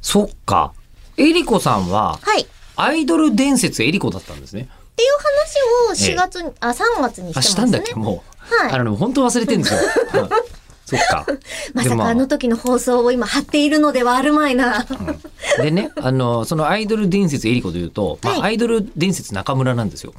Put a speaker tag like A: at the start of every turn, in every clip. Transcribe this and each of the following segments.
A: そっか。えりこさんは、
B: はい。ってい
A: アイドル伝説えりこだったんですね。
B: う話を
A: え
B: 4
A: え
B: 月に、あ、3月にして
A: あ、
B: ますね。
A: したんだっけもう。
B: は
A: あ
B: い。
A: の、ね、本当忘れてんですよ。 うんそっか。
B: ま
A: で
B: さ
A: ま
B: か
A: あ
B: あの時の放送を今貼っているのではあるまいな。
A: でね、あの、そのアイドル伝説えりこというと、ま
B: はい
A: あ、アイドル伝説中村なんですよ。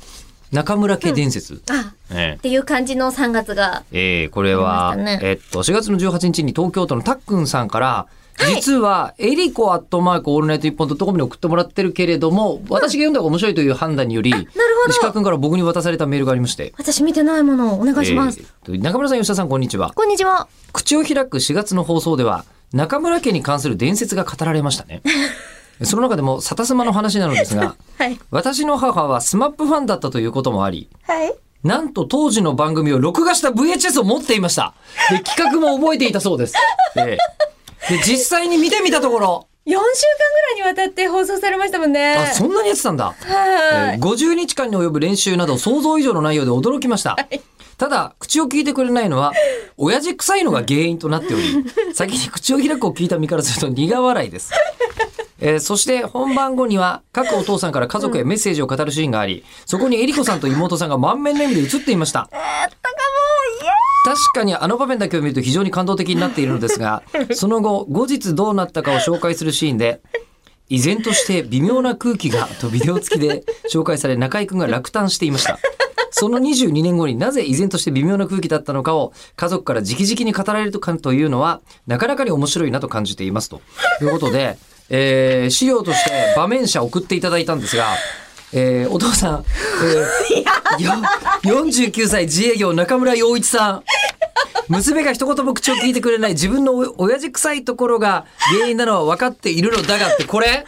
A: 中村家伝説。
B: あ、
A: ええ
B: っていう感じの3月が。
A: えーこれは、
B: ありましたね
A: えっと、4月の18日に東京都のたっくんさんから、
B: い
A: 実は、エリコアットマークオールナイト一本ドットコムに送ってもらってるけれども、私が読んだ方が面白いという判断により、
B: なるほ
A: 石
B: ど。
A: 川くんから僕に渡されたメールがありまして。
B: 私見てないものをお願いします。
A: えー中村さん、吉田さん、こんにちは。
B: こんにちは。
A: 口を開く4月の放送では、中村家に関する伝説が語られ ましたね。その中でも、サタスマの話なのですが、
B: はい。
A: 私の母はスマップファンだったということもあり、
B: はい。
A: なんと当時の番組を録画した VHS を持っていました。で、企画も覚えていたそうです。ええで、実際に見てみたところ、
B: 4週間ぐらいにわたって放送されましたもんね
A: あ、そんなにやってたんだ。
B: は
A: えー50日間に及ぶ練習など想像以上の内容で驚きました。ただ、口を聞いてくれないのは、親父臭いのが原因とな っており、先に口を開くを聞いた身からすると苦笑いです。えーそして本番後には各お父さんから家族へメッセージを語るシーンがあり、そこにえりこさんと妹さんが満面の笑みで映っていました。確かにあの場面だけを見ると非常に感動的になっているのですが、その後、後日どうなったかを紹介するシーンで、依然として微妙な空気がとビデオ付きで紹介され中居君が落胆していましたその22年後になぜ依然として微妙な空気だったのかを家族から直々に語られるかというのはなかなかに面白いなと感じていますということで、えー資料として場面写送っていただいたんですが、えーお父さん、えーよ49歳自営業中村陽一さん娘が一言も口を聞いてくれない自分のお親父臭いところが原因なのは分かっているのだがってこれ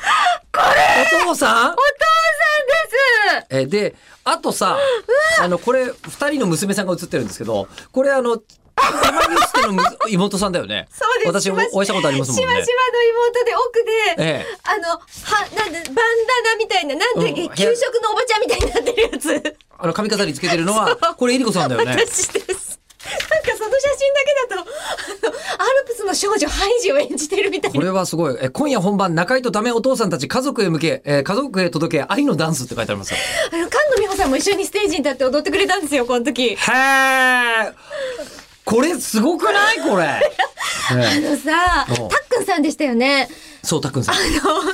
A: お父さんえーであとさあのこれ2人の娘さんが映ってるんですけどこれあの山口家のむ 妹さんだよね
C: そうです
A: 私おお会いしたことありますもんね
C: しましまの妹で奥で、
A: ええ
C: あのはなんでバンダナみたいななんだっけ、
A: うん
C: 給食のおばちゃんみたいになってるやつ、
A: あの髪飾りつけてるのはこれえりこさんだよね
C: 私ですなんかその写真だけだとあのアルプスの少女ハイジを演じてるみたい
A: こ
C: な
A: れはすごいえ今夜本番中井とダメお父さんたち家族へ向け、えー家族へ届け愛のダンスって書いてありますよ
C: あの菅野美穂さんも一緒にステージに立って踊ってくれたんですよこの時
A: へえこれすごくないこれ、
C: あ
A: ね
C: のさた
A: う
C: っ
A: ん
C: くんさんでしたよね
A: そうたっくんさん
C: あのツイッター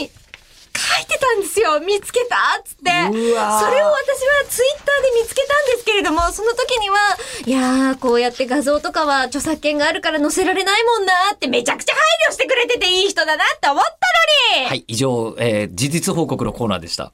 C: に書いてたんですよ見つけたっつってそれ
A: う
C: を
A: わー
C: 私はツイッターで見つけたんですけれどもその時にはいやーこうやって画像とかは著作権があるから載せられないもんなーってめちゃくちゃ配慮してくれてていい人だなって思ったのに、
A: はい以上、えー、事実報告のコーナーでした